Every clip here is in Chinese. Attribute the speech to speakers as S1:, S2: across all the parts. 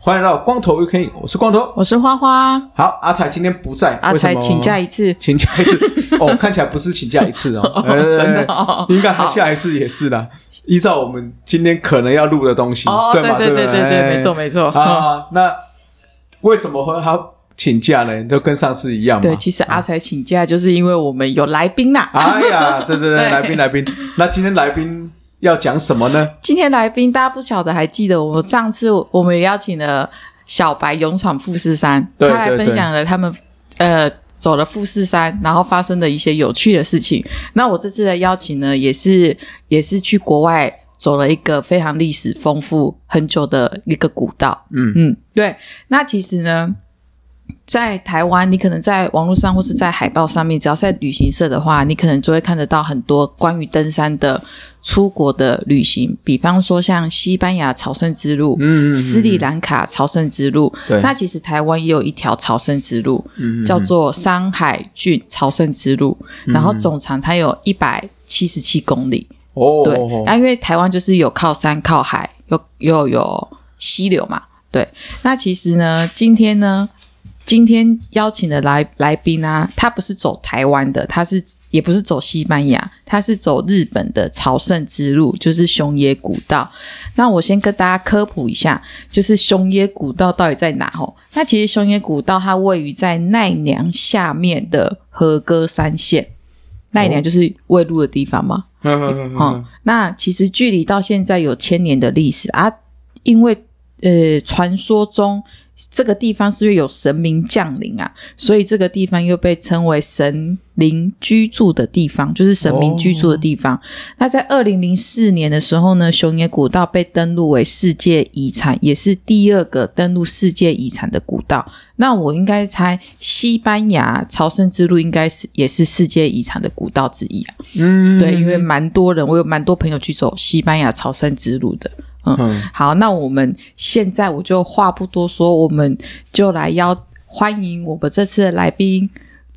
S1: 欢迎来到光头 UK，我是光头。
S2: 我是花花，
S1: 好，阿才今天不在，
S2: 阿
S1: 为什
S2: 才
S1: 么嗯
S2: 请假一次，
S1: 请假一 次哦，看起来不是请假一次哦，
S2: 哦
S1: 哎
S2: 真的哦
S1: 应该他
S2: 好
S1: 下一次也是的。依照我们今天可能要录的东西，
S2: 哦，对
S1: 吗？
S2: 对
S1: 对
S2: 对
S1: 不
S2: 对
S1: 哎
S2: 对，没错没错。哦
S1: 好好好那为什么会他请假呢？就跟上次一样嘛。
S2: 对，其实阿才请假就是因为我们有来宾啦。
S1: 哎呀，对 对对，
S2: 对
S1: 来宾来宾，那今天来宾要讲什么呢？
S2: 今天来宾大家不晓得还记得，我上次我们也邀请了小白勇闯富士山，
S1: 对
S2: 他来
S1: 对对
S2: 分享了他们呃走了富士山，然后发生的一些有趣的事情。那我这次的邀请呢，也是也是去国外走了一个非常历史丰富很久的一个古道。
S1: 嗯
S2: 嗯，对。那其实呢，在台湾，你可能在网络上或是在海报上面，只要是在旅行社的话，你可能就会看得到很多关于登山的出国的旅行，比方说像西班牙朝圣之路。
S1: 嗯，嗯
S2: 斯里兰卡朝圣之路，
S1: 对
S2: 那其实台湾也有一条朝圣之路，
S1: 嗯嗯嗯
S2: 叫做山海郡朝圣之路，然后总长它有一百七十七公里，
S1: 哦，
S2: 对哎
S1: 哦，
S2: 那、因为台湾就是有靠山、靠海，又又有溪流嘛。对，那其实呢，今天呢，今天邀请的来来宾啊，他不是走台湾的，他是也不是走西班牙，他是走日本的朝圣之路，就是熊野古道。那我先跟大家科普一下，就是熊野古道到底在哪？吼，那其实熊野古道它位于在奈良下面的和歌山县，奈
S1: 哦
S2: 良就是未入的地方嘛。
S1: 嗯嗯嗯嗯
S2: 哦，那其实距离到现在有千年的历史啊，因为呃，传说中这个地方是因为有神明降临啊，所以这个地方又被称为神灵居住的地方，就是神明居住的地方。那在二零零四年的时候呢，熊野古道被登录为世界遗产，也是第二个登录世界遗产的古道。那我应该猜，西班牙朝圣之路应该是也是世界遗产的古道之一啊。
S1: 嗯，
S2: 对，因为蛮多人，我有蛮多朋友去走西班牙朝圣之路的。
S1: 嗯
S2: 好，那我们现在我就话不多说，我们就来邀欢迎我们这次的来宾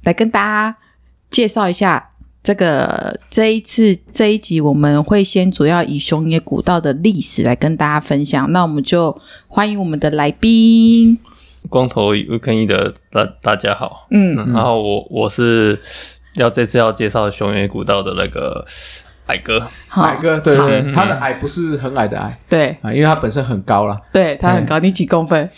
S2: 来跟大家介绍一下这个这一次这一集我们会先主要以熊野古道的历史来跟大家分享。那我们就欢迎我们的来宾，
S3: 光头 u k e 的大大家好，
S2: 嗯，
S3: 嗯然后我我是要这次要介绍熊野古道的那个矮哥，
S2: 好，
S1: 矮哥，对
S2: 好
S1: 对，对
S3: 好
S1: 他的矮不是很矮的矮
S2: 对
S1: 啊，因为他本身很高啦。
S2: 对，他很高，你几公分？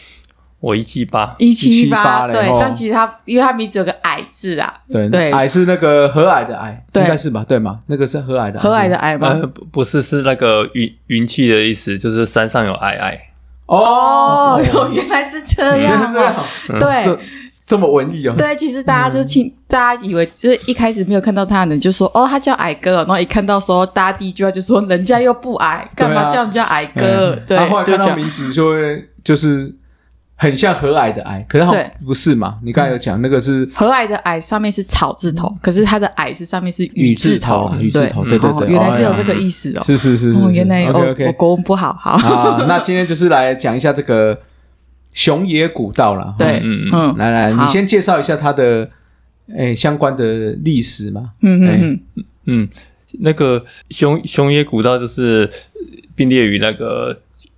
S3: 我一七八，
S2: 一七
S1: 178嘞
S2: 对
S1: 哦，
S2: 但其实他因为他名字有个矮字啊，
S1: 对
S2: 对
S1: 矮是那个和蔼的矮，
S2: 对
S1: 应该是吧？对嘛，那个是和蔼的，
S2: 和蔼的。矮吗
S3: 呃，？不不是是那个云云气的意思，就是山上有皑皑。
S1: 哦
S2: 哦，，哟原来是这
S1: 嗯原来
S2: 样
S1: 是这
S2: 啊！
S1: 样，
S2: 对
S1: 这这么文艺哦。
S2: 对，其实大家就听，
S1: 嗯
S2: 大家以为就是一开始没有看到他呢，就说哦，他叫矮哥哦，然后一看到说，大家第一句话就说人家又不矮，
S1: 对啊嗯啊
S2: 干嘛叫人家矮哥？对
S1: 他后来，
S2: 就
S1: 看
S2: 这
S1: 到
S2: 样。
S1: 名字就会就是很像和蔼的矮，可是好像
S2: 对
S1: 不是嘛？你刚才有讲那个是
S2: 和蔼的矮上面是草字头，可是他的矮是上面是雨字头
S1: 啊，雨字头，对对
S2: 哦
S1: 对，
S2: 原来是有
S1: 哦
S2: 这个意思哦。
S1: 是是是
S2: 哦，
S1: 是，
S2: 原来哦
S1: OK
S2: 我
S1: OK
S2: 国文不好，好，
S1: 啊，那今天就是来讲一下这个熊野古道啦。
S2: 对，
S3: 嗯嗯
S2: 嗯
S1: 来来，你
S2: 好
S1: 先介绍一下它的诶相关的历史嘛。
S2: 嗯
S1: 哎
S2: 嗯嗯，
S3: 嗯，那个熊熊野古道就是呃并列于那个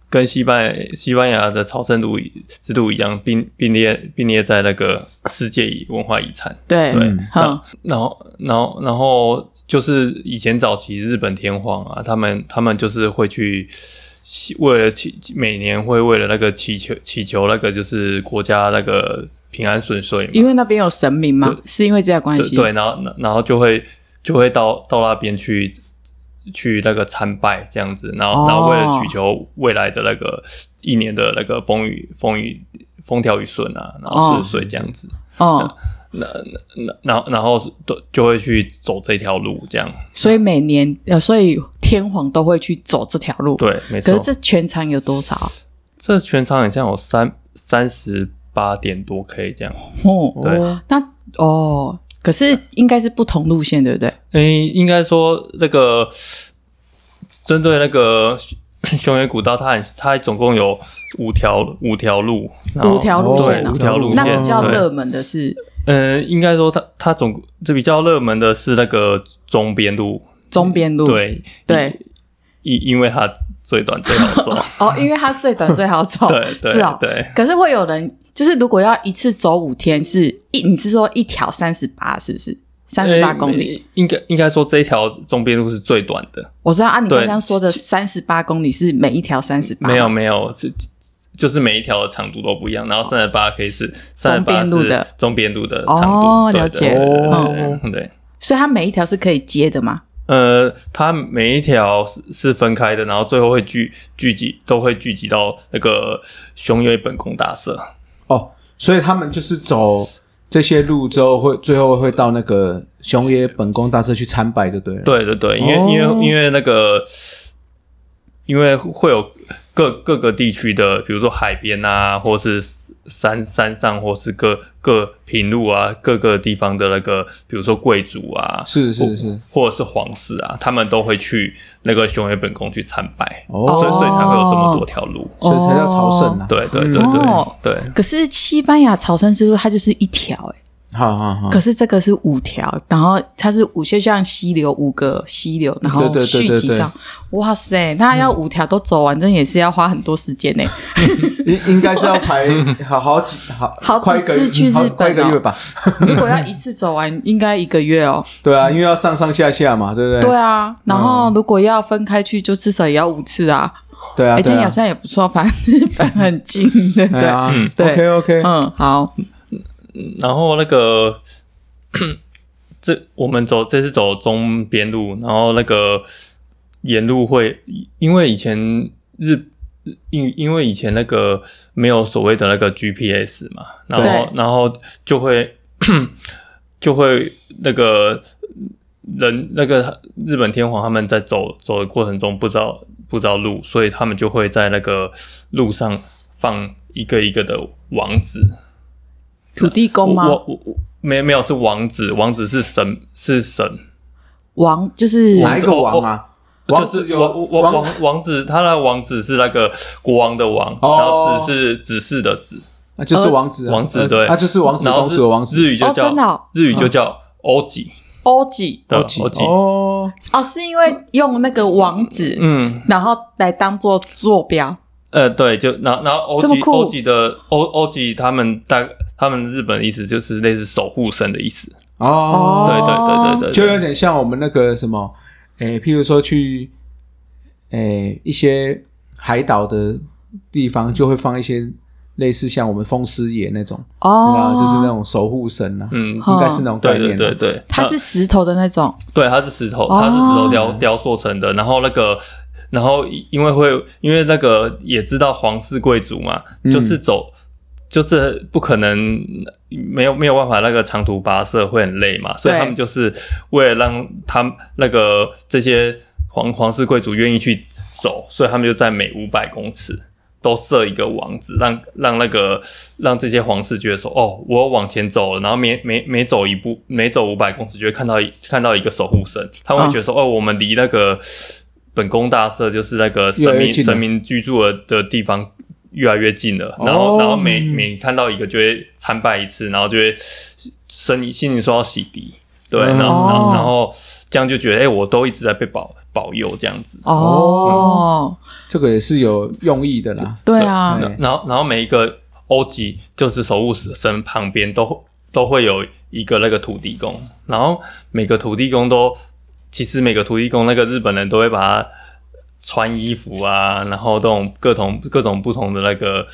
S3: 跟西班西班牙的朝圣路之路一样，并并列并列在那个世界文化遗产。
S2: 对
S3: 对，
S1: 嗯
S2: 嗯，
S3: 然后，然后，然后就是以前早期日本天皇啊，他们他们就是会去祈为了祈每年会为了那个祈求祈求那个就是国家那个平安顺遂嘛，
S2: 因为那边有神明嘛，是因为这个关
S3: 对
S2: 系，
S3: 对，然后然后就会就会到到那边去去那个参拜这样子，然后然后为
S2: 哦
S3: 了祈求未来的那个一年的那个风雨风雨风调雨顺啊，然后
S2: 哦
S3: 顺遂这样子。
S2: 哦，
S3: 那那那然后然后都就会去走这条路，这样
S2: 所以每年呃，所以天皇都会去走这条路。，
S3: 对，没
S2: 可
S3: 错
S2: 是。这全长有多少啊？
S3: 这全长很像有三三十八点多 K 这样，
S2: 哦，
S3: 对
S2: 那哦，可是应该是不同路线，对不对？
S3: 诶，应该说那个针对那个 雄野古道，它很它总共有五条五条路，然后
S2: 五条
S1: 路
S3: 哦对
S1: 线啊
S3: 五条路
S2: 那
S3: 线，
S2: 比较
S3: 对
S2: 热门的是
S3: 呃，应该说它它总这比较热门的是那个中边路，
S2: 中边路，
S3: 对
S2: 对
S3: 因因为它最短最好走，
S2: 哦，因为它最短最好走，
S3: 对对
S2: 是哦。
S3: 对，
S2: 可是会有人，就是如果要一次走五天，是一你是说一条三十八，是不是？三十八
S3: 诶
S2: 公里，
S3: 应该应该说这一条中边路是最短的，
S2: 我知道啊。你
S3: 对
S2: 刚刚说的三十八公里是每一条三十八，
S3: 没有没有，这就是每一条的长度都不一样，然后三十八可以是三十
S2: 中
S3: 八
S2: 边路的
S3: 是中边路的长度，
S2: 哦
S3: 对
S2: 了
S3: 对
S2: 解嗯
S3: 对对
S1: 哦
S3: 对对。
S2: 所以它每一条是可以接的嘛？
S3: 呃，它每一条是是分开的，然后最后会聚聚集，都会聚集到那个熊野本宫大社。
S1: 哦，所以他们就是走这些路之后会，最后会到那个熊野本宫大社去参拜，就对了。，
S3: 对对对，因为、
S1: 哦
S3: 因为因为那个，因为会有各各个地区的，比如说海边啊，或是山山上，或是各各平路啊，各个地方的那个，比如说贵族啊，
S1: 是
S3: 或
S1: 是是，
S3: 或者是皇室啊，他们都会去那个熊野本宫去参拜，
S1: 哦
S3: 所以所以才会有这么多条路。
S1: 所以才叫朝圣啊。，
S3: 对对对对、
S2: 哦
S3: 对。
S2: 可是西班牙朝圣之路它就是一条哎、
S1: 好好 好
S2: 可。是这个是五条，然后它是五，就像溪流五个溪流，然后
S1: 对对对
S2: 续
S1: 对
S2: 集
S1: 对
S2: 上。哇塞，那要五条都走完，真的也是要花很多 时间呢、
S1: 应应该是要排好好几好
S2: 好几
S1: 快一个
S2: 次去日
S1: 好
S2: 本哦
S1: 快一个月吧。
S2: 如果要一次走完，应该一个月哦。
S1: 对啊，因为要上上下下嘛，对不对？嗯
S2: 对啊，然后如果要分开去，就至少也要五次啊。
S1: 对啊，
S2: 哎，今
S1: 对
S2: 天
S1: 啊
S2: 好，像也不错，反正 日本很近，对不
S1: 哎
S2: 对？
S1: 呀
S2: 对
S1: ，OK OK，
S2: 嗯，好，
S3: 然后那个 这我们走这次走中边路，然后那个沿路会，因为以前日因因为以前那个没有所谓的那个 GPS 嘛，然后
S2: 对
S3: 然后就会 就会那个人那个日本天皇他们在走走的过程中不知道不知道路，所以他们就会在那个路上放一个一个的网址，
S2: 土地公吗
S3: 我？我我没没有是王子，王子是神是神，
S2: 王就是
S1: 哪一个王啊？王
S3: 就
S1: 子
S3: 是
S1: 有
S3: 王王
S1: 王
S3: 王王子，他的王子是那个国王的王，
S1: 哦
S3: 然后子是指示的子，
S1: 啊，就是王子啊，
S3: 王子
S1: 呃
S3: 对，
S1: 啊，就是王子
S3: 然后
S1: 公主的王子
S3: 日语就
S2: 哦真的哦
S3: 叫日语就叫欧吉
S2: 欧几
S3: 的
S1: 几
S3: 欧吉，
S1: 哦，
S2: 哦，是因为用那个王子，
S3: 嗯
S2: 然后来当做坐标。
S3: 呃对，就然后然后欧
S2: 这么
S3: 吉
S2: 酷
S3: 欧吉的欧欧吉他们大他们日本的意思就是类似守护神的意思，对
S1: 哦，
S3: 对对对对，
S1: 就有点像我们那个什么，诶，譬如说去，诶，一些海岛的地方就会放一些类似像我们风师爷那种，你知道
S2: 哦，
S1: 吗啊就是那种守护神啊，
S3: 嗯。
S1: 应该是那种概
S3: 对对
S1: 念啊。
S3: 对对，
S2: 它
S3: 那
S2: 是石头的那种，
S3: 对，它是石头，
S2: 哦
S3: 它是石头雕、雕塑成的。然后那个，然后因为会因为那个也知道皇室贵族嘛，就是走。就是不可能没有没有办法那个长途跋涉会很累嘛，所以
S2: 对
S3: 他们就是为了让他们那个这些皇皇室贵族愿意去走，所以他们就在每五百公尺都设一个网子，让让那个让这些皇室觉得说，哦，我往前走了，然后每每每走一步，每走五百公尺就会看到一看到一个守护神，他们会觉得
S1: 啊
S3: 说，哦，我们离那个本宫大社就是那个
S1: 越
S3: 神
S1: 来越
S3: 明
S1: 近了
S3: 神明居住的的地方。越来越近了，然后，
S1: 哦
S3: 然后每每看到一个就会参拜一次，然后就会心里心里受到洗涤，对，
S1: 嗯
S3: 然后然
S2: 哦
S3: 后然后这样就觉得，哎、我都一直在被保保佑这样子，
S2: 哦，
S1: 这个也是有用意的啦。
S2: 对啊，
S1: 对
S3: 然后然后每一个欧吉就是守护神旁边都都会有一个那个土地公，然后每个土地公都其实每个土地公那个日本人都会把它穿衣服啊，然后这种各种各种不同的那个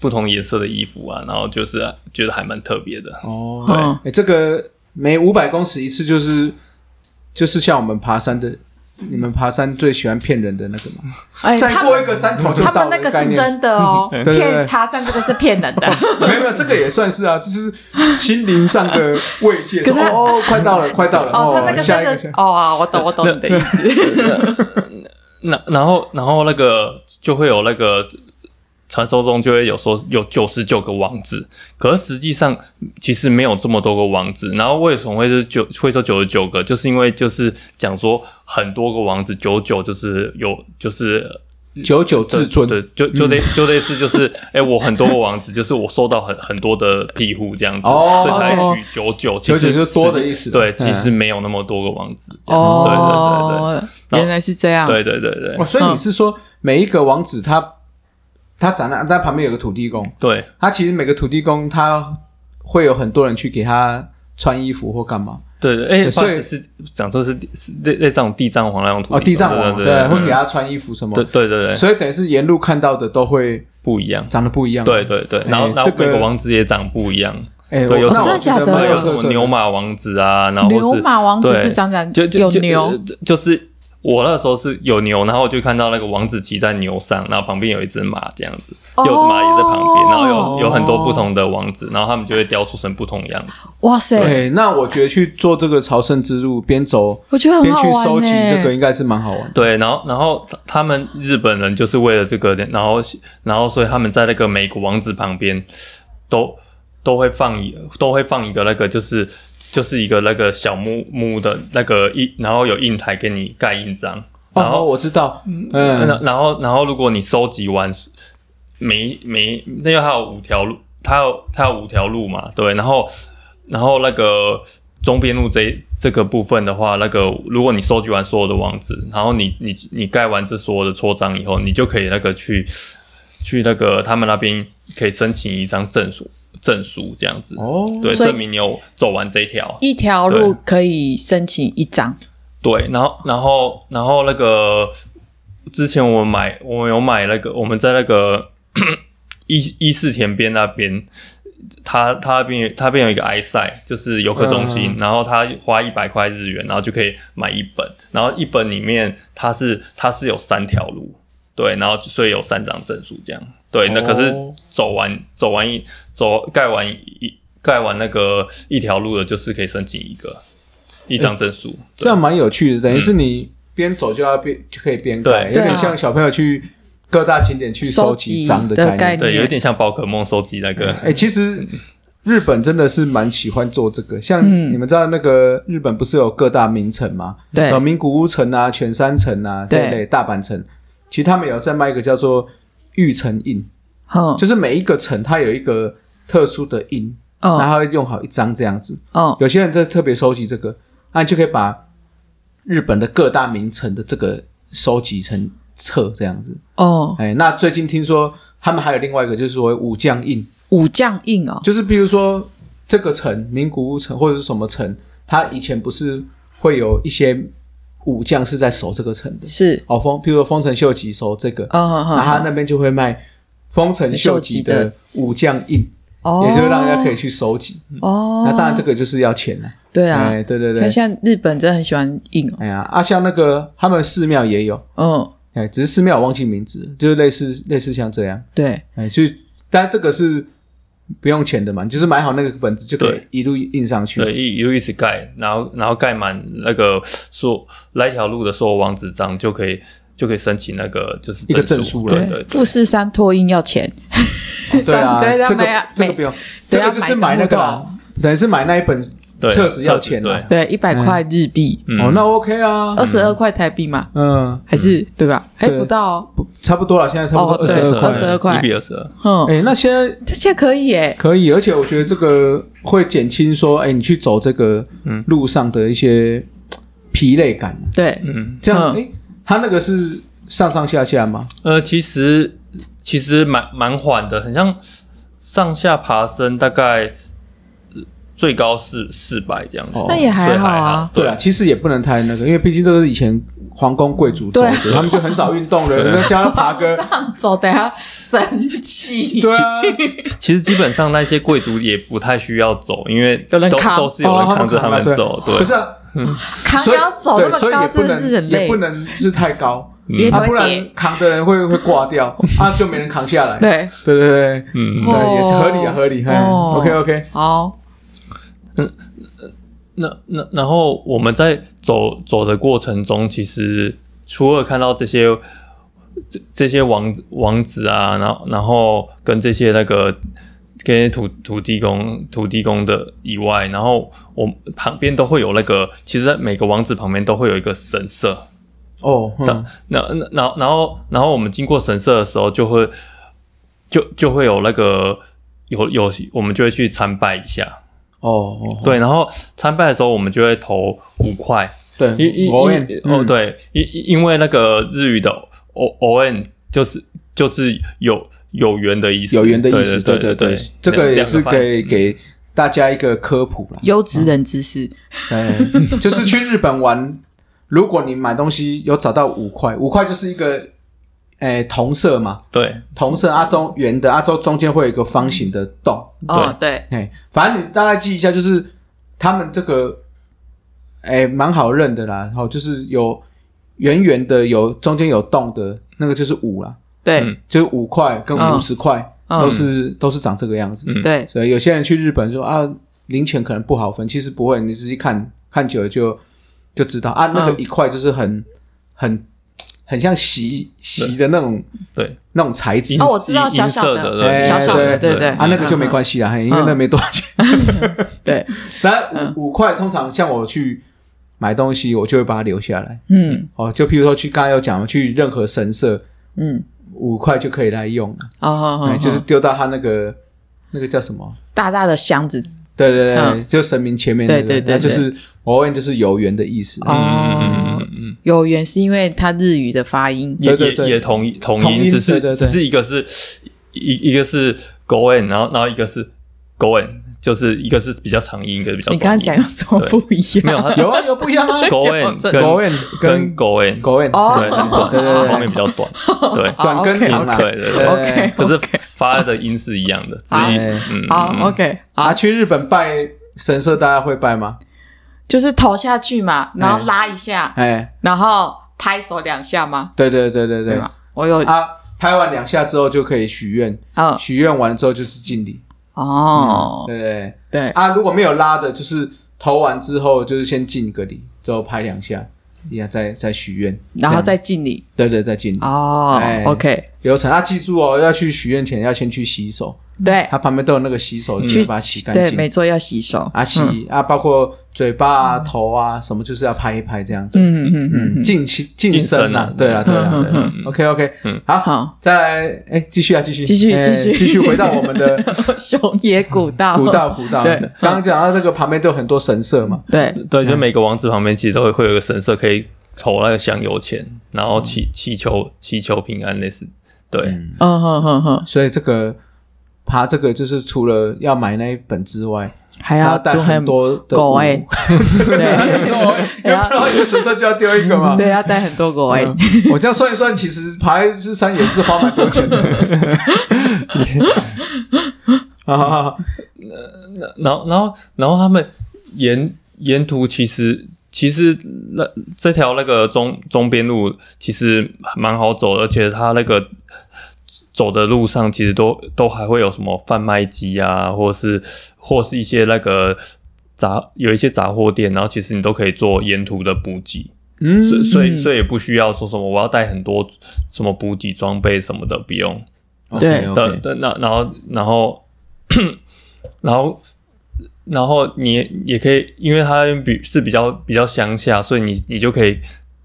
S3: 不同颜色的衣服啊，然后就是觉得还蛮特别的。
S1: 哦，
S2: 嗯，
S1: 哎，这个每五百公尺一次，就是就是像我们爬山的，你们爬山最喜欢骗人的那个嘛，
S2: 哎，
S1: 再
S2: 他
S1: 过
S2: 们
S1: 一个山头就
S2: 他
S1: 到
S2: 们
S1: 了
S2: 那个
S1: 概
S2: 是
S1: 念
S2: 真的哦，
S1: 对对
S2: 骗爬山这个是 骗人的。
S1: 没有没有，这个也算是啊，就是心灵上的慰藉。
S2: 可是他
S1: 哦哦，快到了，快到了，
S2: 哦，他那个
S1: 下
S2: 真
S1: 一个下
S2: 的
S1: 一个
S2: 哦啊，我懂我懂你的 意思。
S3: 那然后然后那个就会有那个传说中就会有说有九十九个王子，可是实际上其实没有这么多个王子。然后为什么会是九会说九十九个？就是因为就是讲说很多个王子，九九就是有就是呃
S1: 九九至尊，
S3: 对，就就类就类似就是， 哎、我很多个王子，就是我受到很很多的庇护这样子，
S1: 哦
S3: 所以才取九九，其
S1: 99
S3: 实
S1: 就多的
S3: 实
S1: 意思
S3: 对，
S1: 嗯
S3: 其实没有那么多个王子，这样
S2: 哦，
S3: 然后
S2: 原来是这样，
S3: 对对对对
S1: 哇，哦
S3: 对
S1: 所以你是说每一个王子他他展览，他旁边有个土地公，
S3: 对，
S1: 他其实每个土地公他会有很多人去给他穿衣服或干嘛
S3: 对对，哎、欸，
S1: 所以
S3: 是讲说是是类类似那种地藏王那种土
S1: 哦，地藏王
S3: 对
S1: 对，会
S3: 对
S1: 给他穿衣服什么
S3: 对，对对对，
S1: 所以等于是沿路看到的都会
S3: 不一样。
S1: 长得不一样。
S3: 对，对对，然后
S1: 哎
S3: 然
S1: 这
S3: 后
S1: 个
S3: 每个王子也长不一样，
S1: 哎，
S3: 对有
S1: 那
S3: 什么
S1: 我觉得
S2: 真的假的
S1: 蛮
S3: 对，
S1: 有
S3: 有
S1: 特
S3: 什
S1: 色的
S3: 么牛马王子啊，然后或
S2: 牛
S3: 是
S2: 马王子
S3: 对
S2: 是长长
S3: 就就
S2: 有
S3: 就
S2: 牛，
S3: 就就是我那时候是有牛，然后我就看到那个王子骑在牛上，然后旁边有一只马这样子，
S2: 哦
S3: 有马也在旁边，然后
S1: 哦
S3: 有有很多不同的王子，然后他们就会雕塑成不同的样子。
S2: 哇塞，
S1: 对，哎那我觉得去做这个朝圣之路，边走
S2: 我觉得很
S1: 边
S2: 好
S1: 去收
S2: 玩欸
S1: 集这个，
S2: 呢。
S1: 应该是蛮好玩的。
S3: 对，然后然后他他们日本人就是为了这个，然后然后所以他们在那个美国王子旁边都都会放一都会放一个那个就是就是一个那个小木木的那个印，然后有印台给你盖印章，然后
S1: 哦，我知道，嗯，
S3: 然然后然后如果你收集完每每，那因为它有五条路，它有它有五条路嘛，对，然后然后那个中边路这这个部分的话，那个如果你收集完所有的网址，然后你你你盖完这所有的戳章以后，你就可以那个去去那个他们那边可以申请一张证书证书这样子，
S1: 哦，
S3: 对，
S2: 所以
S3: 证明你有走完这一条。
S2: 一条路可以申请一张，
S3: 对，然后然后然后那个之前我们买，我们有买那个，我们在那个 伊伊势田边那边，他他那边有他那边有一个埃塞，就是游客中
S1: 嗯
S3: 心，然后他花一百块日元，然后就可以买一本，然后一本里面它是它是有三条路，对，然后所以有三张证书这样。对，那可是
S1: 哦
S3: 走完走完一走盖完一盖完那个一条路的，就是可以申请一个一张证书。对
S1: 这样蛮有趣的，等于是你边走就要边就可以边盖，
S3: 嗯对
S1: 有
S2: 对啊
S1: 点像小朋友去各大景点去收集章
S2: 收集
S1: 概
S2: 的概
S1: 念。
S2: 念
S3: 对，有一点像宝可梦收集那个，
S1: 哎，其实日本真的是蛮喜欢做这个，像你们知道那个日本不是有各大名城吗？
S2: 嗯对
S1: 呃，名古屋城啊、犬山城啊这
S2: 对
S1: 一类大阪城，其实他们有在卖一个叫做玉城印，
S2: 嗯
S1: 就是每一个城它有一个特殊的印，然
S2: 嗯
S1: 后它会用好一张这样子。
S2: 嗯，
S1: 有些人就特别收集这个，那你就可以把日本的各大名城的这个收集成册这样子。
S2: 哦，
S1: 哎，那最近听说他们还有另外一个，就是所谓武将印，
S2: 武将印哦，
S1: 就是比如说这个城，名古屋城或者是什么城，它以前不是会有一些武将是在守这个城的。
S2: 是，
S1: 哦，丰，譬如说丰臣秀吉守这个，
S2: 嗯
S1: 那他
S2: 嗯
S1: 那边就会卖丰臣哦哎秀吉的武将印，
S2: 嗯，
S1: 也就让人家可以
S2: 以
S1: 去收集。嗯
S2: 哦，
S1: 那当然这个就是要钱了。
S2: 对啊，
S1: 哎，对对对
S2: 看，现在日本真的很喜欢印
S1: 哎呀，啊，像那个他们寺庙也有，
S2: 哦，
S1: 哎，只是寺庙我忘记名字，就是类似类似像这样，
S2: 嗯，对，
S1: 哎，所以但这个是不用钱的嘛，你就是买好那个本子就可以
S3: 对
S1: 一路印上去。
S3: 对，一又一直盖，然后然后盖满那个所那条路的所有网址章，就可以就可以申请那个就是
S1: 一个证
S3: 证
S1: 书了
S3: 对
S1: 对
S3: 对
S2: 富
S3: 对，
S2: 士山拓印要钱，
S1: 对啊，
S2: 对
S1: 这个
S2: 买啊
S1: 这个
S2: 买
S1: 不用，这
S2: 对
S1: 个
S2: 啊
S1: 就是买那个
S2: 买个
S1: 啦，等于是买那一本
S3: 对
S1: 册子要钱
S3: 册
S1: 啦
S3: 子
S2: 对，一百
S1: 嗯
S2: 块日币，
S3: 对，嗯
S1: 哦，那 OK 啊，
S2: 二十二块台币嘛，
S1: 嗯，
S2: 还是对吧？还
S1: 对
S2: 不到哦，
S1: 不差不多了，现在差不多
S2: 哦
S1: 二十
S2: 对
S1: 二块
S2: 22
S1: 了。
S2: 块
S3: 一比二十二，
S2: 嗯，
S1: 哎，那现在
S2: 这现在可以耶，
S1: 可以，而且我觉得这个会减轻说，哎，你去走这个
S3: 嗯
S1: 路上的一些嘖疲累感啊。
S2: 对，
S3: 嗯，
S1: 这样，
S2: 嗯
S1: 哎、他那个是上上下下吗？
S3: 呃，其实其实蛮蛮缓的，很像上下爬升，大概呃最高是四百这样子
S1: 哦，
S2: 那也还
S3: 所以
S2: 好
S3: 还
S2: 啊，
S1: 对啊，其实也不能太那个，因为毕竟这个是以前皇宫贵族走的，
S2: 对
S1: 他们就很少运动 了，那叫他爬
S2: 往
S3: 啊
S1: 个，
S2: 上走，等下生气，
S1: 对啊，
S3: 其实基本上那些贵族也不太需要走，因为
S2: 有
S3: 都
S2: 人扛
S3: 都是有人
S1: 哦
S3: 扛着他
S1: 了
S3: 们
S1: 对
S3: 走，对
S1: 不，是啊，
S2: 扛
S1: 所以
S2: 腰走那
S1: 对，
S2: 么
S1: 所以也
S2: 高，
S1: 不
S2: 真的
S1: 能
S2: 是很
S1: 也
S2: 累
S1: 不，能是太高，
S2: 因为
S1: 啊，
S2: 它
S1: 不
S2: 会
S1: 然
S2: 跌，
S1: 扛的人会会挂 掉，啊，就没人扛下来。
S2: 对，
S1: 对对对，
S3: 嗯。
S1: 对，也是合理啊，
S2: 哦
S1: 合理。嘿
S2: 哦
S1: OK OK，
S2: 好，
S3: 那那然后我们在走走的过程中，其实除了看到这些这这些王王子啊，然后然后跟这些那个跟这些土土地公土地公的以外，然后我旁边都会有那个，其实在每个王子旁边都会有一个神社，
S1: 哦，嗯
S3: 那那然后然后然后我们经过神社的时候，就会就就会有那个有有我们就会去参拜一下，
S1: 哦，哦
S3: 对，然后参拜的时候我们就会投五块，
S1: 对，
S3: 因因因
S1: 我也
S3: 哦
S1: 嗯
S3: 对，因因因为那个日语的 o o n 就是就是有有缘的意思，
S1: 有缘的意思，
S3: 对
S1: 对对
S3: 对，
S1: 这个也是
S3: 两翻
S1: 给
S3: 译
S1: 给大家一个科普啦。
S2: 优质人知识，
S1: 对，就是去日本玩，如果你买东西有找到五块，五块就是一个，诶，同色嘛，
S3: 对
S1: 同色阿中圆的阿中中间会有一个方形的洞，
S2: 哦，对，
S1: 哎，反正你大概记一下，就是他们这个，哎，蛮好认的啦。然后就是有圆圆的，有中间有洞的那个就是五啦，
S2: 对
S3: 嗯，
S1: 就是五块跟
S2: 嗯
S1: 五十块
S2: 嗯
S1: 都是都是长这个样子。
S3: 嗯
S2: 对，
S1: 所以有些人去日本说啊，零钱可能不好分，其实不会，你仔细看看久了就就知道啊，那个
S2: 嗯
S1: 一块就是很很很像席席的那种
S3: 对，
S1: 那种材质
S3: 银
S2: 哦我知道
S3: 银
S2: 小小
S3: 色
S2: 的
S3: 的对
S1: 哎
S2: 小小的，
S1: 对
S2: 对嗯对
S1: 啊，那个就没关系
S3: 嗯
S1: 啦，嘿因为那没多少钱。
S2: 对，
S1: 但
S2: 嗯
S1: 五五块通常像我去买东西，我就会把它留下来。
S2: 嗯
S1: 哦，就譬如说去刚才有讲，去任何神社
S2: 嗯，
S1: 五块就可以来用了，
S2: 哦哦，哦
S1: 对，就是
S2: 哦
S1: 丢到他那个那个叫什么？
S2: 大大的箱子，
S1: 对对对，
S2: 嗯
S1: 就神明前面那个，
S2: 对对对
S1: 那就是我问就是有缘的意思。
S2: 哦
S3: 嗯嗯嗯嗯嗯，
S2: 有缘是因为它日语的发音，
S3: 也
S1: 对对
S3: 也
S1: 对
S3: 也同音同
S1: 同
S3: 音，
S1: 音
S3: 只是
S1: 对对对
S3: 只是一个是一一个是 go in，然后然后一个是 go in，就是一个是比较长音，一个比较短
S2: 你
S3: 音
S2: 刚刚讲有什么不一
S3: 没有
S2: 样？
S3: 它
S1: 有啊，有不一样 啊
S3: go
S2: 有
S3: in
S2: 这
S3: 跟
S1: ，Goen
S3: 跟
S1: 跟
S3: Goen，
S1: Goen
S2: 哦
S3: 对，很短，
S1: 对对对
S3: 后面比较短， 对，
S2: 哦
S1: 短跟长啦，
S3: 对对对
S1: 对
S2: OK，
S3: 可是发的音是一样的，只
S2: 啊
S3: 是嗯
S2: 好
S3: 嗯
S2: ，OK，
S1: 啊，
S2: 好，
S1: 去日本拜神社，大家会拜吗？
S2: 就是投下去嘛，然
S1: 哎
S2: 后拉一下，
S1: 哎，
S2: 然后拍手两下嘛，
S1: 对对对对
S2: 对
S1: 对，
S2: 吗？我有，
S1: 啊，拍完两下之后就可以许愿，
S2: 嗯，
S1: 许愿完之后就是敬礼，
S2: 哦，
S1: 对不对？
S2: 对，
S1: 啊，如果没有拉的，就是投完之后就是先敬个礼，之后拍两下，一样再再许愿，
S2: 然
S1: 这
S2: 后
S1: 样
S2: 再敬礼，
S1: 对对再敬礼
S2: 哦
S1: 哎
S2: ，OK，
S1: 流程。啊，记住哦，要去许愿前要先去洗手，
S2: 对，
S1: 它旁边都有那个洗手，
S3: 嗯
S1: 去把它洗干
S2: 对，
S1: 净
S2: 没。错，嗯要洗手，
S1: 啊洗啊，包括嘴巴啊、头啊什么，就是要拍一拍这样子。
S2: 嗯嗯嗯
S1: 嗯，
S2: 嗯，
S1: 净身净身啊，对啦对啦对啦。OK OK，
S3: 嗯
S1: 好，
S2: 好，
S1: 再来，哎，继续啊，继续，
S2: 继续
S1: 哎
S2: 继续
S1: 继续回到我们的
S2: 熊野古道，
S1: 古道古道
S2: 对，
S1: 刚刚讲到那个旁边都有很多神社嘛，
S2: 对，
S3: 对，就每个王子旁边其实都会会有一个神社可以投那个香油钱，然后祈祈求祈求平安类似，对，
S2: 嗯哼哼哼，
S1: 所以这个爬这个就是除了要买那一本之外，
S2: 还
S1: 还要
S2: 要
S1: 带
S2: 做
S1: 很多的
S2: 狗
S1: 物
S2: 哎，
S1: 狗
S2: 对，
S1: 哎， 要不然一个神社就要丢一个嘛。
S2: 嗯对，要带很多狗哎，
S1: 嗯 我这样算一算，其实爬一次山也是花蛮多 钱的。好好好，
S3: 然后然后然后他们沿沿途其实其实那这条那个中中边路其实蛮好走的，而且它那个走的路上其实都都还会有什么贩卖机啊，或是或是一些那个杂有一些杂货店，然后其实你都可以做沿途的补给。
S1: 嗯
S3: 所以所以所以也不需要说什么我要带很多什么补给装备什么的，不用。
S2: 对
S1: OK，OK
S3: 对对，那然后然后然后然后你也也可以，因为它比是比较比较乡下，所以你你就可以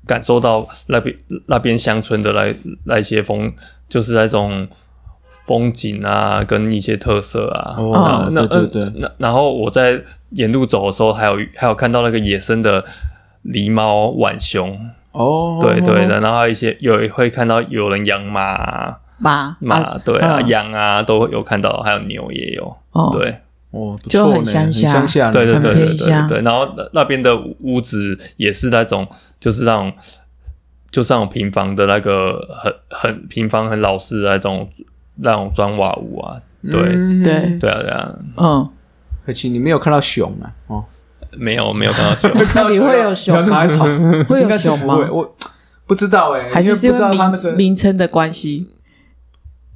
S3: 感受到那边那边乡村的那那一些风，就是那种风景啊，跟一些特色啊。
S1: 哦
S3: 那
S1: 对
S3: 那
S1: 对对
S3: 那然后我在沿路走的时候，还有还有看到那个野生的狸猫浣熊。
S1: 哦，
S3: 对对的，然后还有一些有会看到有人养马啊
S2: 马
S3: 马，
S2: 啊
S3: 对啊，
S2: 嗯
S3: 羊啊都有看到，还有牛也有，
S2: 哦
S3: 对
S1: 哦，嗯不错
S2: 就很
S1: 呢
S2: 乡下
S1: 乡下呢，
S3: 对对
S2: 很
S3: 对
S2: 偏
S3: 对对
S2: 乡
S3: 对，然后那那边的屋子也是那种就是那种就是那种平房的那个很很平房很老式的那种那种砖瓦屋啊，对
S1: 嗯
S2: 对。
S3: 对啊对啊，
S2: 嗯，
S1: 可惜你没有看到熊啊，哦，
S3: 没有没有看到熊，
S2: 那里会有熊
S1: 要赶快跑，
S2: 会
S1: 应该
S2: 有
S1: 是
S2: 熊
S1: 不
S2: 吗
S1: 会？我不知道哎，
S2: 还
S1: 因
S2: 是
S1: 为
S2: 是因
S1: 不知道
S2: 为
S1: 它那
S2: 名
S1: 个
S2: 名称的关系？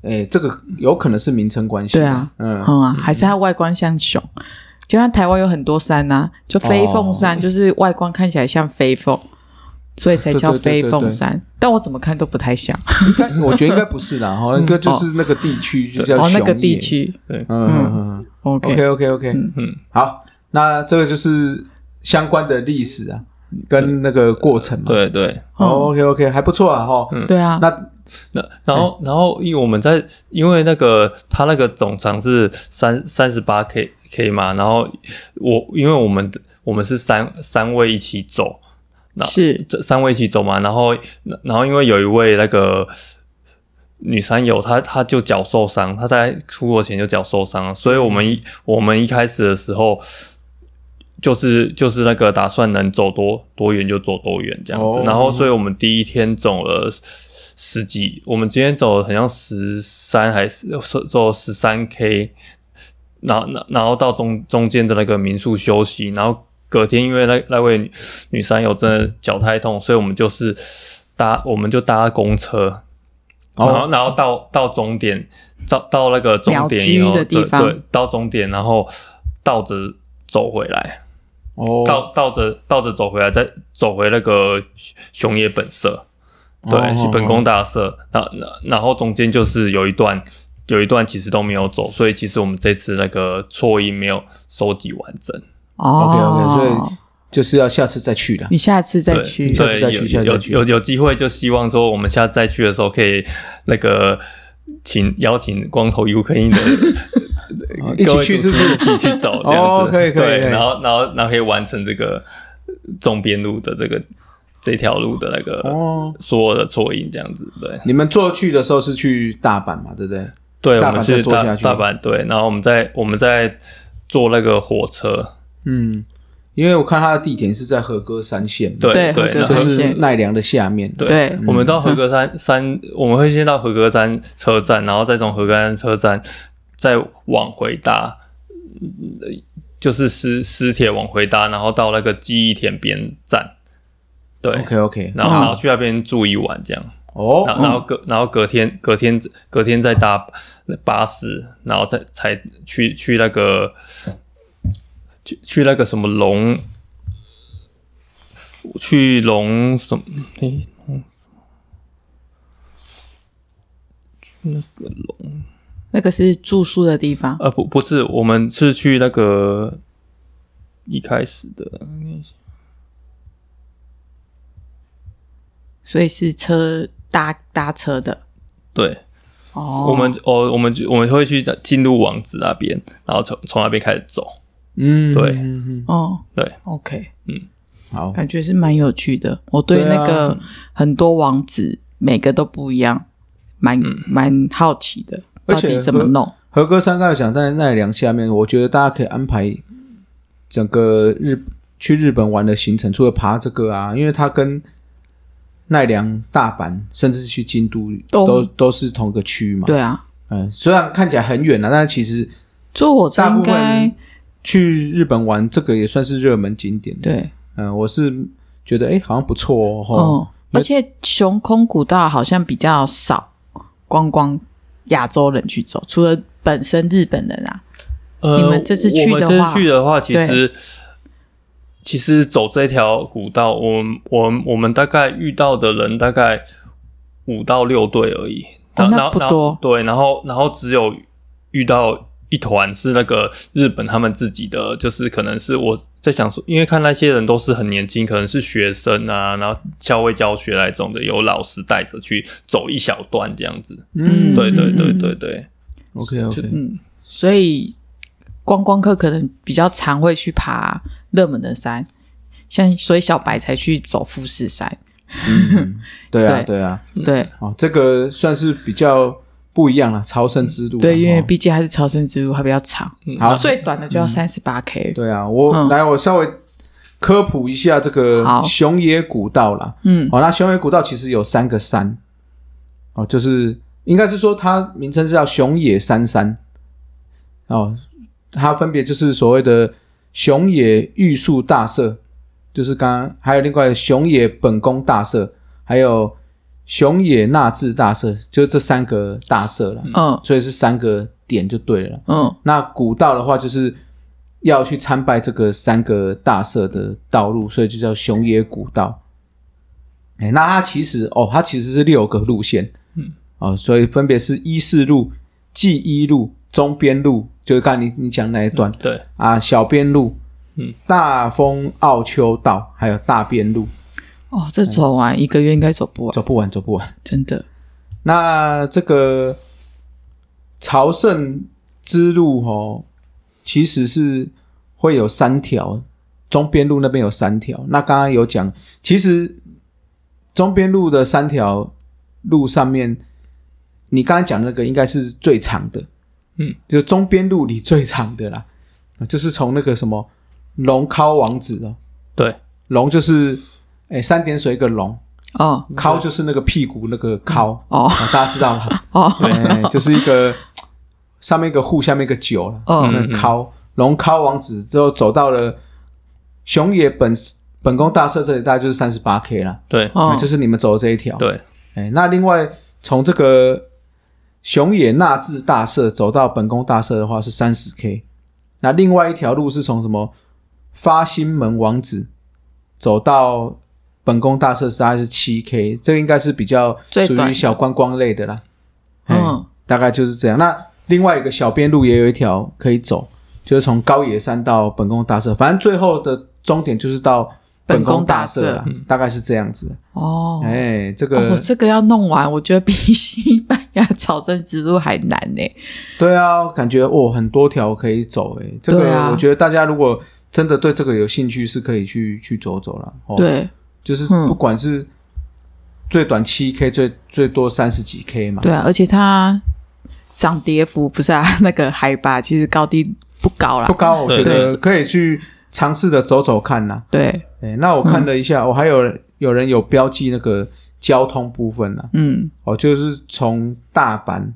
S1: 哎，这个有可能是名称关系。
S2: 对啊，
S1: 嗯，
S2: 嗯啊，还是它外观像熊？啊
S1: 哦
S2: 就像台湾有很多山呐、就飞凤山，就是外观看起来像飞凤，所以才叫
S1: 对对对
S2: 飞
S1: 对
S2: 凤
S1: 对
S2: 山。但我怎么看都不太像
S1: 应该我觉得应该不是啦，好像就就是那个地区就叫
S2: 嗯哦，那个
S1: 熊野
S2: 地，区。
S1: 嗯嗯嗯嗯
S2: OK，,
S1: ，OK OK OK，嗯，好，那这个就是相关的历史啊，跟那个过程嘛，
S3: 对嗯对，
S1: ，OK OK，还不哦错啊哈，
S2: 对啊，
S1: 那
S3: 那然后然后因为我们在因为那个它那个总长是三三十八 k k 嘛，然后我因为我们我们是三三位一起走，那
S2: 是
S3: 这三位一起走嘛，然后然后因为有一位那个女山友，她她就脚受伤，她在出国前就脚受伤，所以我们一我们一开始的时候。就是就是那个打算能走多多远就走多远这样子
S1: 哦
S3: 然后所以我们第一天走了十几，我们今天走了好像十三还是走十三 K，然后然然后到中中间的那个民宿休息，然后隔天因为那那位女女山友真的脚太痛，所以我们就是搭我们就搭公车，然后
S1: 哦
S3: 然后到到终点，到到那个终点以
S2: 鸟
S3: 后，
S2: 居的地方
S3: 对对，到终点然后倒着走回来，
S1: 哦，
S3: 倒倒着倒着走回来，再走回那个熊野本社。
S1: 哦
S3: 对，
S1: 哦
S3: 是本宫大社。然然然后中间就是有一段，有一段其实都没有走，所以其实我们这次那个错音没有收集完整。
S1: OK，OK，
S2: 哦
S1: 所以就是要下次再去的，
S2: 你下次再
S3: 对
S2: 去，
S1: 下次再
S3: 对，
S1: 去
S3: 有
S1: 下次再
S3: 有
S1: 去
S3: 有有机会就希望说我们下次再去的时候可以那个请邀请光头 U 坑一的
S1: 哦 一起去
S3: 各
S1: 是不
S3: 位主持人一
S1: 是？
S3: 起去走这样
S1: 哦
S3: 子，
S1: 可以可以
S3: 对
S1: 可以
S3: 然后然后然后可以完成这个中边路的这个这条路的那个
S1: 哦，
S3: 所有的错音这样子，对。
S1: 你们坐去的时候是去大阪嘛，对不对？
S3: 对，
S1: 大
S3: 我
S1: 阪
S3: 们
S1: 再
S3: 去
S1: 坐
S3: 大
S1: 下去
S3: 大阪，对，然后我们在我们在坐那个火车，
S1: 嗯，因为我看它的地点是在和歌山县嘛，
S2: 对
S3: 对对，
S2: 和歌
S1: 就
S3: 然后
S2: 山
S1: 是
S2: 县
S1: 奈良的下面，
S3: 对，
S2: 对
S3: 我们到合格山山，我们会先到合格山车站，然后再从合格山车站再往回搭，嗯就是私私铁往回搭，然后到那个记忆田边站，对
S1: OK OK，
S3: 然后然后去那边住一晚这样。
S1: 哦，
S3: 然后然后隔然后隔天隔天隔天再搭巴士，然后再才去去那个去去那个什么龙，去龙什么诶。
S2: 那个是住宿的地方，
S3: 呃，不，不是，我们是去那个一开始的，
S2: 所以是车搭搭车的。
S3: 对，
S2: 哦，
S3: 我们哦，我们就我们会去进入网址那边，然后从从那边开始走，
S1: 嗯，
S3: 对
S1: 嗯，嗯嗯
S2: 哦，
S3: 对
S2: ，OK，
S1: 好，
S2: 感觉是蛮有趣的。我对
S1: 对啊
S2: 那个很多网址每个都不一样，蛮蛮好奇的，
S1: 嗯而
S2: 到
S1: 且
S2: 底怎么弄？
S1: 和歌山刚才讲在奈良下面，我觉得大家可以安排整个日去日本玩的行程，除了爬这个啊，因为它跟奈良、大阪，甚至是去京都，
S2: 都
S1: 都都是同个区嘛。，
S2: 对啊，
S1: 嗯，虽然看起来很远啊，但是其实
S2: 坐火车
S1: 大部
S2: 应
S1: 分
S2: 该
S1: 去日本玩这个也算是热门景点。，
S2: 对，
S1: 嗯，我是觉得哎，好像不错哦。吼
S2: 嗯，而且熊空古道好像比较少观光亚洲人去走，除了本身日本人啊，
S3: 呃，
S2: 你们这次去
S3: 我
S2: 的
S3: 们这
S2: 话
S3: 次去的话，其实其实走这条古道，我们我们我们大概遇到的人大概五到六队而已，
S2: 哦
S3: 然后
S2: 那
S3: 然后
S2: 不
S3: 然
S2: 多
S3: 后对，然后然后只有遇到一团是那个日本他们自己的，就是可能是我在想说，因为看那些人都是很年轻，可能是学生啊，然后校外教学那种的，有老师带着去走一小段这样子，
S2: 嗯
S3: 对对对对对，
S1: ，OK
S3: 就
S1: OK，
S2: 所以观光客可能比较常会去爬热门的山，像所以小白才去走富士山，
S1: 对啊
S2: 对
S1: 对啊，
S2: 对
S1: 哦，这个算是比较不一样了，朝圣之路啊。
S2: 对，因为
S1: 吼
S2: 毕竟它是朝圣之路，它比较长，哦
S1: 好
S2: 最短的就要三十八 K，
S1: 嗯对啊，我、
S2: 嗯
S1: 来我稍微科普一下这个
S2: 好
S1: 熊野古道啦。哦
S2: 嗯，
S1: 好、那熊野古道其实有三个山，哦，就是应该是说它名称是叫熊野三山，哦，它分别就是所谓的熊野玉树大社，就是刚刚还有另外熊野本宫大社，还有熊野纳智大社，就是这三个大社啦，
S2: 嗯
S1: 所以是三个点就对了啦。
S2: 嗯
S1: 那古道的话，就是要去参拜这个三个大社的道路，所以就叫熊野古道。哎，那它其实哦，它其实是六个路线，嗯，哦，所以分别是一四路、纪一路、中边路，就是刚才你你讲那一段、
S3: 对，
S1: 啊，小边路，
S3: 嗯，
S1: 大丰澳丘道，还有大边路，
S2: 哦，这走完一个月应该走不完，
S1: 走不完，走不完。
S2: 真的。
S1: 那这个朝圣之路哦，其实是会有三条，中边路那边有三条。那刚刚有讲，其实中边路的三条路上面，你刚才讲那个应该是最长的，
S3: 嗯，
S1: 就中边路里最长的啦，就是从那个什么龙尻王子哦，
S3: 对，
S1: 龙就是哎三点水一个龙，
S2: 哦
S1: 尻就是那个屁股那个尻。
S2: 哦
S1: 啊，大家知道吧？
S2: 哦
S1: 哎，就是一个上面一个户，下面一个九了。
S2: 哦
S1: 那尻龙尻王子之后走到了熊野本本宫大社这里，大概就是三十八 K 了，
S3: 对，
S1: 啊
S2: 哦，
S1: 就是你们走的这一条。，
S3: 对，
S1: 哎，那另外从这个熊野纳智大社走到本宫大社的话是三十 K，那另外一条路是从什么发心门王子走到。本宫大社大概是七 K，这个应该是比较
S2: 最
S1: 属
S2: 短
S1: 于
S2: 的
S1: 小观光类的啦。嗯
S2: 嗯，
S1: 大概就是这样。那另外一个小边路也有一条可以走，就是从高野山到本宫大社，反正最后的终点就是到本宫大社啦，大概是这样子。
S2: 嗯哦，
S1: 哎，这
S2: 我、
S1: 个、
S2: 这个要弄完，我觉得比 西班牙朝圣之路还难呢。
S1: 对啊，感觉哦很多条可以走哎、这
S2: 对
S1: 个
S2: 啊
S1: 我觉得大家如果真的对这个有兴趣，是可以去去走走啦。哦，，
S2: 对
S1: 就是
S2: 嗯
S1: 不管是最短七 K，最最多三十几 K 嘛。
S2: 对啊，而且它涨跌幅不是啊， 那个海拔其实高低不高啦
S1: 不。高，我觉
S3: 对
S1: 得可以去尝试的走走看呐、
S2: 对，
S1: 哎，那我看了一下，我、还有有人有标记那个交通部分呢、
S2: 嗯，
S1: 哦，就是从大阪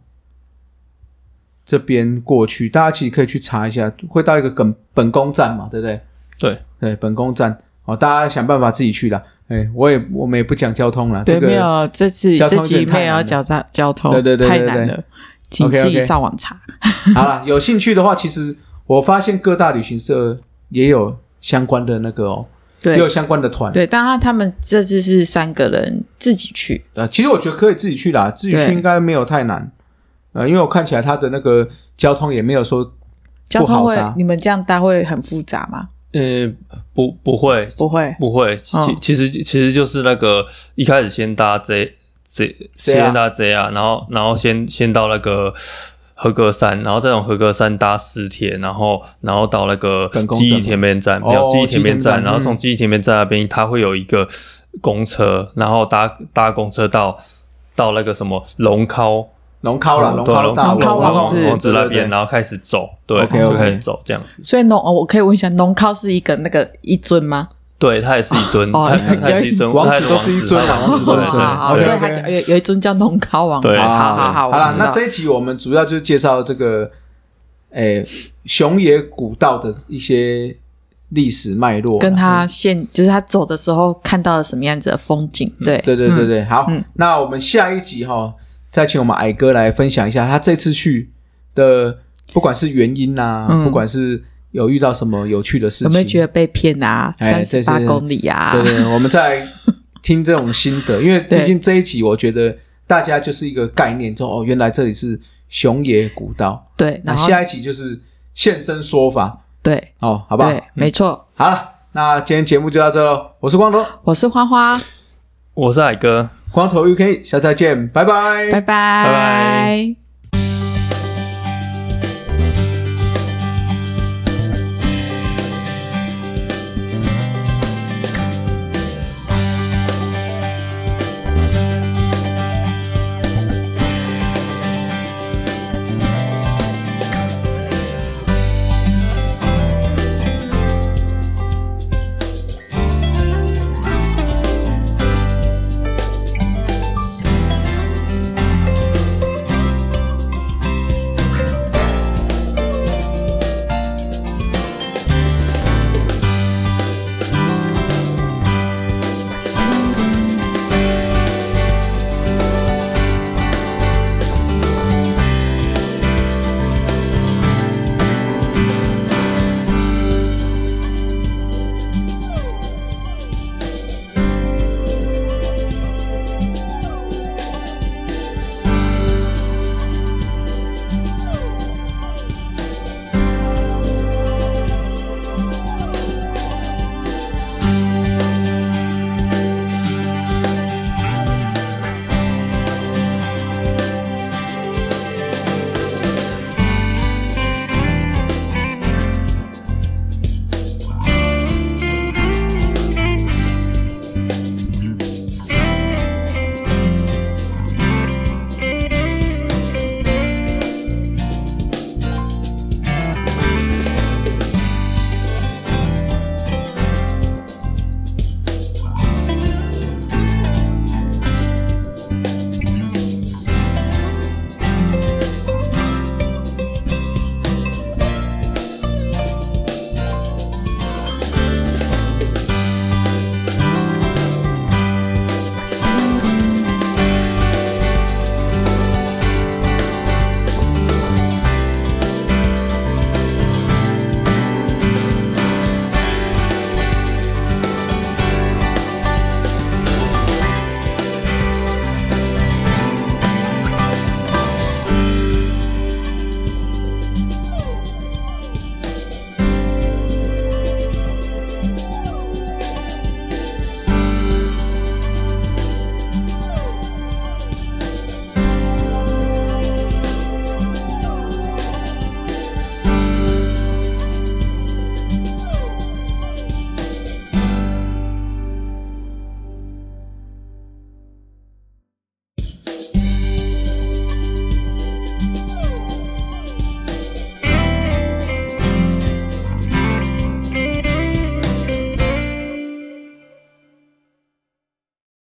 S1: 这边过去，大家其实可以去查一下，会到一个本本宫站嘛，对不对？
S3: 对
S1: 对，本宫站，哦，大家想办法自己去啦。哎，我也我们也不讲交通了，
S2: 对，
S1: 啊这个
S2: 没有这次
S1: 交通
S2: 这集
S1: 有点太
S2: 没有要
S1: 难
S2: 讲交交通，
S1: 对对对对
S2: 太难
S1: 对
S2: 了，请
S1: OK，OK
S2: 自己上网查。
S1: 好啦，有兴趣的话，其实我发现各大旅行社也有相关的那个哦，也有
S2: 对
S1: 相关的团，
S2: 对，当然他们这次是三个人自己去，
S1: 呃，其实我觉得可以自己去啦，自己去
S2: 对
S1: 应该没有太难。呃，因为我看起来它的那个交通也没有说，
S2: 交
S1: 不
S2: 通
S1: 好
S2: 会
S1: 搭
S2: 你们这样搭会很复杂吗？
S3: 呃，不不会，
S2: 不会，
S3: 不会，其
S2: 嗯
S3: 其实其实就是那个一开始先搭 J J 先搭 J 啊，然后然后先先到那个合格山，然后再从合格山搭私铁，然后然后到那个
S1: 本宫
S3: 记
S1: 站
S3: 忆
S1: 吗
S3: 田边站，
S1: 哦
S3: 没有记忆
S1: 记忆
S3: 田边
S1: 田边站
S3: 站，然后
S1: 嗯
S3: 从记忆田边站那边它会有一个公车，然后搭搭公车到到那个什么龙尻。
S1: 龙尻啦，龙
S3: 对啊
S1: 尻大王
S2: 龙尻
S3: 王
S2: 子
S3: 王子那边，
S1: 对
S3: 然后开始走，对，
S1: OK，OK
S3: 就开始走这样子。
S2: 所以农哦，我可以问一下，农靠是一个那个一尊吗？
S3: 对，他也是一尊，
S2: 哦
S3: 他他他也是一 尊，
S1: 王子
S3: 他也
S1: 都是一尊啊
S3: 他也是
S1: 王子都是一尊
S3: 对对
S2: 好哦好，
S1: OK，OK
S2: 所以它有有一尊叫农靠王子，
S3: 对
S1: 对啊
S2: 好好好，
S1: 好啦
S2: 我，知道
S1: 那这一集我们主要就是介绍这个，诶，熊野古道的一些历史脉络啦，
S2: 跟他现就是他走的时候看到了什么样子的风景，对
S1: 对对对
S2: 嗯
S1: 对，好，
S2: 嗯
S1: 那我们下一集哈、再请我们矮哥来分享一下他这次去的，不管是原因呐、
S2: 嗯
S1: 不管是有遇到什么有趣的事情，
S2: 有没有觉得被骗啊？
S1: 哎
S2: 三
S1: 这
S2: 十
S1: 是
S2: 八公里啊，
S1: 对对，我们再来听这种心得， 因为毕
S2: 对
S1: 竟这一集我觉得大家就是一个概念，说哦，原来这里是熊野古道，
S2: 对，
S1: 那
S2: 然后
S1: 下一集就是现身说法
S2: 对
S1: 哦，好不好
S2: 对？，没错，
S1: 好了，那今天节目就到这喽，我是光头，
S2: 我是花花，
S1: 嗯
S3: 我是海哥，
S1: 光头 UK，下次再见，拜拜，
S2: 拜拜
S3: 拜。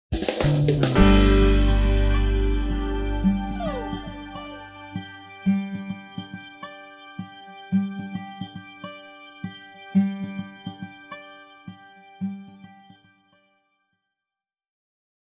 S1: 拜。